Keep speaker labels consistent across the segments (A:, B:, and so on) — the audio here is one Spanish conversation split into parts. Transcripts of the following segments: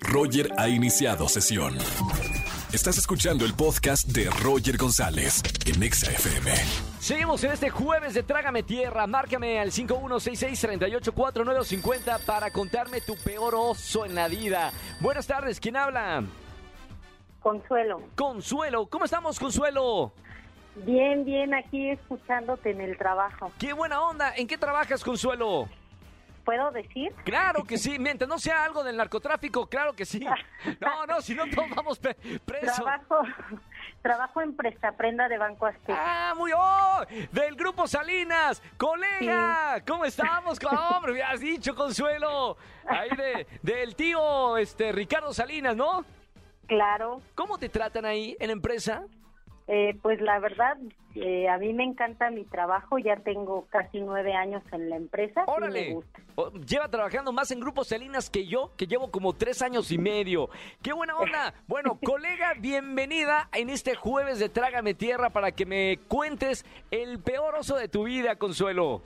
A: Roger ha iniciado sesión. Estás escuchando el podcast de Roger González en Exa FM.
B: Seguimos en este jueves de Trágame Tierra. Márcame al 5166-384950 para contarme tu peor oso en la vida. Buenas tardes, ¿quién habla?
C: Consuelo.
B: Consuelo, ¿cómo estamos, Consuelo?
C: Bien, bien, aquí escuchándote en el trabajo.
B: ¡Qué buena onda! ¿En qué trabajas, Consuelo?
C: ¿Puedo decir?
B: Claro que sí, mientras no sea algo del narcotráfico, claro que sí. No, no, si no todos vamos pre- presos.
C: Trabajo, trabajo en Prestaprenda de Banco Azteca.
B: ¡Ah, muy oh! Del grupo Salinas, colega, ¿cómo estamos? ¡Oh, hombre, me has dicho, Consuelo. Ahí de, del tío este Ricardo Salinas, ¿no?
C: Claro,
B: ¿Cómo te tratan ahí en la empresa?
C: eh, pues la verdad, eh, a mí me encanta mi trabajo, ya tengo casi nueve años en la empresa. y me
B: Órale.
C: gusta.
B: O- Lleva trabajando más en Grupo Salinas que yo, que llevo como tres años y medio. ¡Qué buena onda! Bueno, colega, bienvenida en este jueves de Trágame Tierra para que me cuentes el peor oso de tu vida, Consuelo.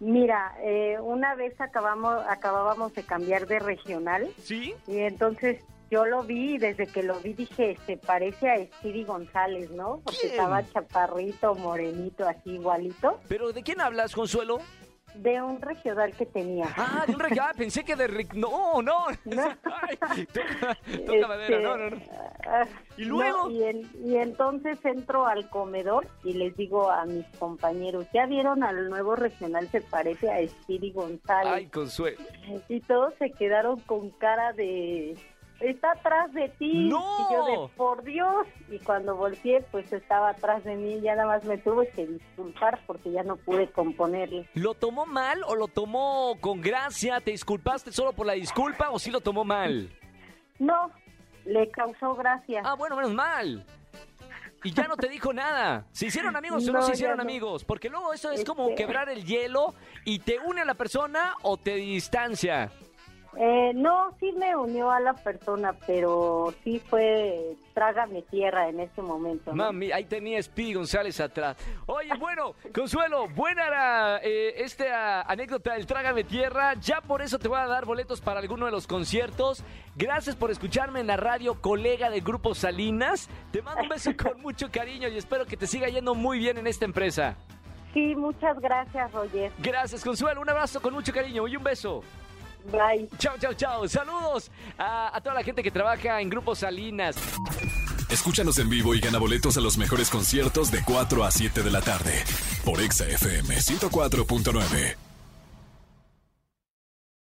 C: Mira, eh, una vez acabamos, acabábamos de cambiar de regional
B: ¿Sí?
C: y entonces yo lo vi y desde que lo vi dije, se parece a Stevie González, ¿no? Porque
B: ¿Quién?
C: estaba chaparrito, morenito, así igualito,
B: ¿Pero de quién hablas, Consuelo?
C: de un regional que tenía.
B: Ah, de un regalo. pensé que de... Rick- No, no. Ay, toca toca madera.
C: Este,
B: No, no, no.
C: ah,
B: ¿Y luego?
C: no, y, en- y entonces entro al comedor y les digo a mis compañeros, ¿ya vieron al nuevo regional? Se parece a Spiri
B: Ay,
C: González.
B: Consuelo.
C: Y todos se quedaron con cara de... Está atrás de ti.
B: ¡No!
C: Y yo de, por Dios. Y cuando volteé, pues estaba atrás de mí. Ya nada más me tuve que disculpar porque ya no pude componerle.
B: ¿Lo tomó mal o lo tomó con gracia? ¿Te disculpaste solo por la disculpa o sí lo tomó mal?
C: No, le causó gracia.
B: Ah, bueno, menos mal. Y ya no te dijo nada. ¿Se hicieron amigos o no
C: No,
B: se
C: ya
B: hicieron
C: no.
B: amigos? Porque luego eso es como
C: Este-
B: quebrar el hielo y te une a la persona o te distancia.
C: Eh, no, sí me unió a la persona, pero sí fue trágame tierra en ese momento. ¿no?
B: Mami, ahí tenía Spi González atrás. Oye, bueno, Consuelo, buena era, eh, esta anécdota del Trágame Tierra. Ya por eso te voy a dar boletos para alguno de los conciertos. Gracias por escucharme en la radio, colega del Grupo Salinas. Te mando un beso con mucho cariño y espero que te siga yendo muy bien en esta empresa.
C: Sí, muchas gracias, Roger.
B: Gracias, Consuelo. Un abrazo con mucho cariño y un beso.
C: Bye.
B: Chao, chao, chao. Saludos a, a toda la gente que trabaja en Grupo Salinas.
A: Escúchanos en vivo y gana boletos a los mejores conciertos de 4 a 7 de la tarde por Exa FM 104.9.